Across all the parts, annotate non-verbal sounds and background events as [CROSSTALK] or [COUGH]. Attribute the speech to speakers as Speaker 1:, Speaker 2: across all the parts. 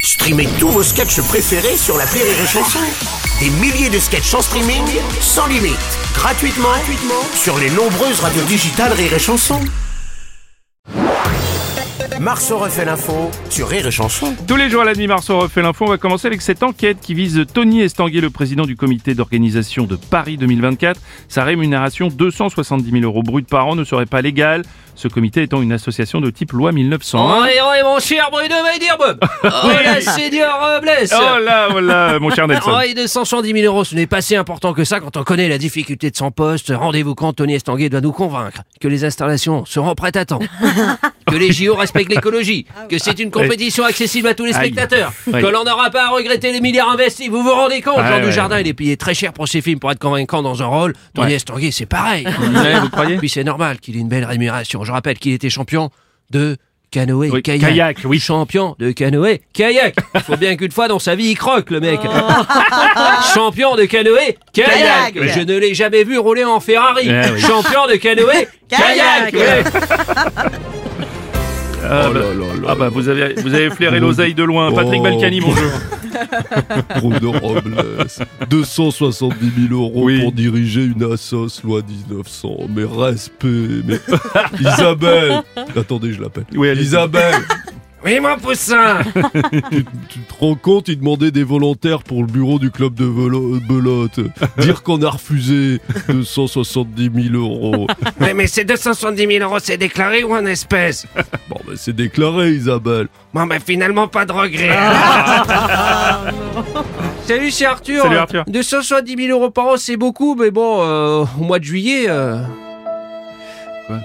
Speaker 1: Streamez tous vos sketchs préférés sur la Rire et Chanson. Des milliers de sketchs en streaming, sans limite, gratuitement, gratuitement sur les nombreuses radios digitales Rire et Chanson. Marceau refait l'info sur Rire et Chanson.
Speaker 2: Tous les jours à la nuit, Marceau refait l'info. On va commencer avec cette enquête qui vise Tony Estanguet, le président du comité d'organisation de Paris 2024. Sa rémunération, 270 000 euros brut par an, ne serait pas légale. Ce comité étant une association de type loi 1901.
Speaker 3: Oh, Oui, oui, mon cher Bruno Weiderbob Oh la euh, senior Robles
Speaker 2: Oh là, voilà, mon
Speaker 3: [LAUGHS]
Speaker 2: cher Nelson.
Speaker 3: Oh, Oui, 270 000 euros, ce n'est pas si important que ça quand on connaît la difficulté de son poste. Rendez-vous compte, Tony Estanguet doit nous convaincre que les installations seront
Speaker 2: [LAUGHS]
Speaker 3: prêtes à temps, que les JO respectent l'écologie, que c'est une compétition accessible à tous les
Speaker 2: Ah Aïe.
Speaker 3: spectateurs,
Speaker 2: Ouais.
Speaker 3: que l'on n'aura pas à regretter les milliards investis. Vous vous rendez compte,
Speaker 2: Ouais,
Speaker 3: Jean
Speaker 2: ouais,
Speaker 3: Dujardin,
Speaker 2: ouais.
Speaker 3: il est payé très cher pour ses films pour être convaincant dans un rôle. Tony
Speaker 2: Ouais.
Speaker 3: Estanguet, c'est pareil.
Speaker 2: Ouais, vous croyez
Speaker 3: Puis c'est normal qu'il ait une belle rémunération. Je rappelle qu'il était champion de canoë
Speaker 2: Oui,
Speaker 3: kayak.
Speaker 2: kayak, oui.
Speaker 3: Champion de canoë kayak. Il faut bien qu'une fois dans sa vie il croque le mec.
Speaker 2: Ah.
Speaker 3: [LAUGHS] champion de canoë kayak.
Speaker 4: Kayak. Oui.
Speaker 3: Je ne l'ai jamais vu rouler en Ferrari.
Speaker 2: Eh oui.
Speaker 3: Champion de canoë kayak.
Speaker 4: Kayak.
Speaker 3: Ouais.
Speaker 2: Ah, bah, ah bah, vous avez, vous avez flairé l'oseille de loin. Patrick
Speaker 5: Oh.
Speaker 2: Balkany, bonjour.
Speaker 5: Bruno Robles. 270 000 euros
Speaker 2: Oui.
Speaker 5: pour diriger une assos loi 1900. Mais respect, mais... [LAUGHS] Isabelle Attendez, je l'appelle.
Speaker 2: Oui, allez-y.
Speaker 5: Isabelle,
Speaker 3: Oui mon [LAUGHS] poussin.
Speaker 5: tu te rends compte, il demandait des volontaires pour le bureau du club de velo- euh, belote. Dire qu'on a refusé 270 000 euros.
Speaker 3: mais, mais ces 270 000 euros c'est déclaré ou en espèces
Speaker 5: Bon, bah, c'est déclaré, Isabelle.
Speaker 3: Bon ben finalement pas de regret. Ah. [LAUGHS] Salut, c'est Arthur.
Speaker 2: Salut, Arthur.
Speaker 3: 270 000 euros par an, c'est beaucoup, mais bon, euh, au mois de juillet, euh,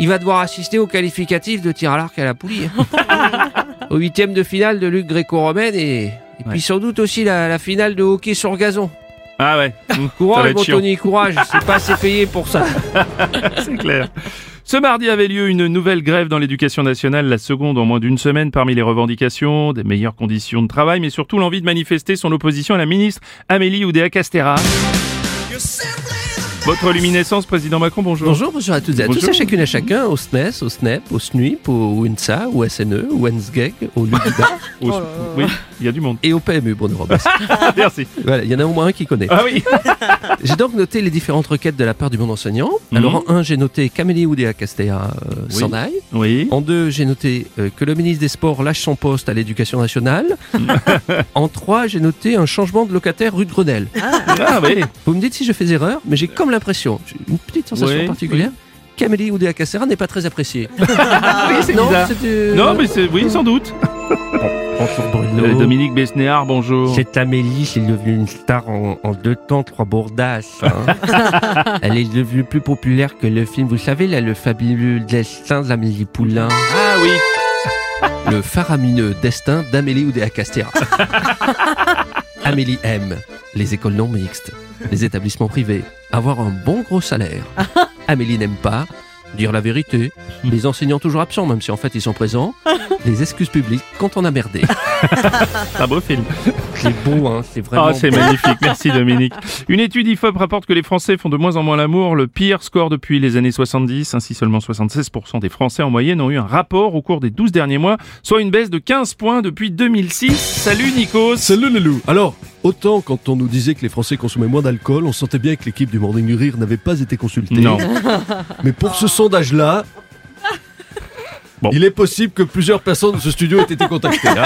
Speaker 3: il va devoir assister au qualificatif de tir à l'arc à la poulie. hein. [LAUGHS] au huitième de finale de lutte gréco-romaine et, et puis sans doute aussi la, la finale de hockey sur gazon.
Speaker 2: Ah ouais, Mmh, ça va
Speaker 3: Courage,
Speaker 2: être
Speaker 3: mon
Speaker 2: chiant.
Speaker 3: Tony, courage. C'est pas assez payé
Speaker 2: [LAUGHS]
Speaker 3: pour ça.
Speaker 2: C'est clair. Ce mardi avait lieu une nouvelle grève dans l'éducation nationale, la seconde en moins d'une semaine parmi les revendications, des meilleures conditions de travail, mais surtout l'envie de manifester son opposition à la ministre Amélie Oudéa-Castera. Votre luminescence, président Macron, bonjour.
Speaker 3: Bonjour, bonjour à toutes et à
Speaker 2: Bonjour.
Speaker 3: tous, à chacune et à chacun, au SNES, au SNEP, au SNUIP, au WINSA, au SNE, au E WENSGEG, au LUDIDA
Speaker 2: Au- Oui, il y a du monde.
Speaker 3: et au PMU, Bruno Robles.
Speaker 2: Ah, merci.
Speaker 3: Voilà, il y en a au moins un
Speaker 2: [LAUGHS]
Speaker 3: qui connaît.
Speaker 2: Ah oui,
Speaker 3: J'ai donc noté les différentes requêtes de la part du monde enseignant.
Speaker 2: Mhm.
Speaker 3: Alors en un, j'ai noté qu'Amélie Oudéa Castéa euh,
Speaker 2: Oui.
Speaker 3: s'en aille.
Speaker 2: oui,
Speaker 3: En deux, j'ai noté euh, que le ministre des Sports lâche son poste à
Speaker 2: [LAUGHS]
Speaker 3: l'éducation nationale. en trois, j'ai noté un changement de locataire rue de Grenelle.
Speaker 2: ah oui,
Speaker 3: Vous me dites si je fais erreur, mais j'ai comme l'impression, j'ai une petite sensation
Speaker 2: Oui, Ah,
Speaker 3: particulière, qu'Amélie Oudéa Castéa n'est pas très appréciée. Ah, non,
Speaker 2: bizarre.
Speaker 3: c'est du-
Speaker 2: non mais c'est oui sans doute.
Speaker 3: Bonjour, Bruno.
Speaker 2: Euh, Dominique Besnéard, bonjour.
Speaker 3: Cette Amélie, c'est devenu une star en, en deux temps, trois bourdasses. [LAUGHS] hein. Elle est devenue plus populaire que le film, vous savez, là, le fabuleux destin d'Amélie Poulain.
Speaker 2: Ah oui,
Speaker 3: Le faramineux destin d'Amélie Oudéa Castéra. [LAUGHS] Amélie aime les écoles non mixtes, les établissements privés, avoir un bon gros [LAUGHS] salaire. Amélie n'aime pas dire la vérité, les enseignants toujours absents, même si en fait ils sont [LAUGHS] présents, les excuses publiques quand on a merdé.
Speaker 2: un beau film.
Speaker 3: C'est beau, hein, c'est vraiment
Speaker 2: Ah, c'est magnifique. Merci, Dominique. Une étude IFOP rapporte que les Français font de moins en moins l'amour, le pire score depuis les années 70. Ainsi, seulement 76% des Français en moyenne ont eu un rapport au cours des 12 derniers mois, soit une baisse de 15 points depuis 2006. Salut, Nikos.
Speaker 5: Salut les loups Alors, autant quand on nous disait que les Français consommaient moins d'alcool, on sentait bien que l'équipe du Morning du Rire n'avait pas été consultée.
Speaker 2: Non.
Speaker 5: [LAUGHS] Mais pour ce sondage-là,
Speaker 2: Bon.
Speaker 5: il est possible que plusieurs personnes de ce studio aient été contactées. hein.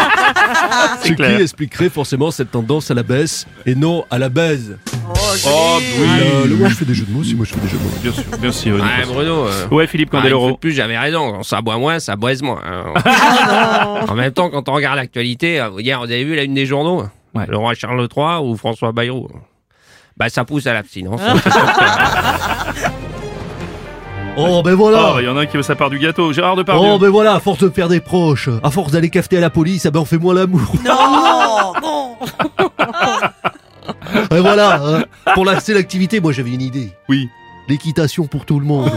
Speaker 5: ce
Speaker 2: Ah, clair.
Speaker 5: qui expliquerait forcément cette tendance à la baisse et non à la baise.
Speaker 2: Oh, oui.
Speaker 5: Euh, le- moi, je fais des jeux de mots, si moi je fais des jeux de mots.
Speaker 2: Bien sûr, bien sûr,
Speaker 3: Ouais,
Speaker 2: Nikos.
Speaker 3: Bruno. euh,
Speaker 2: Ouais, Philippe
Speaker 3: Ah, une fois de
Speaker 2: Candeloro.
Speaker 3: plus, j'avais raison. Quand ça boit moins, ça boise moins. hein. en même temps, quand on regarde l'actualité, euh, hier, vous avez vu la une des journaux
Speaker 2: Ouais.
Speaker 3: Le roi Charles III ou François Bayrou Bah, ça pousse à l'abstinence.
Speaker 5: Oh, ben
Speaker 2: Ah,
Speaker 5: voilà
Speaker 2: il y en a un qui veut sa part du gâteau. Gérard Depardieu.
Speaker 5: Oh, ben voilà, à force de perdre des proches, à force d'aller cafeter à la police, ah ben on fait
Speaker 2: [LAUGHS]
Speaker 5: moins l'amour.
Speaker 4: Non, non.
Speaker 5: Et voilà, hein. pour lancer l'activité, moi j'avais une idée.
Speaker 2: Oui.
Speaker 5: L'équitation pour tout le monde.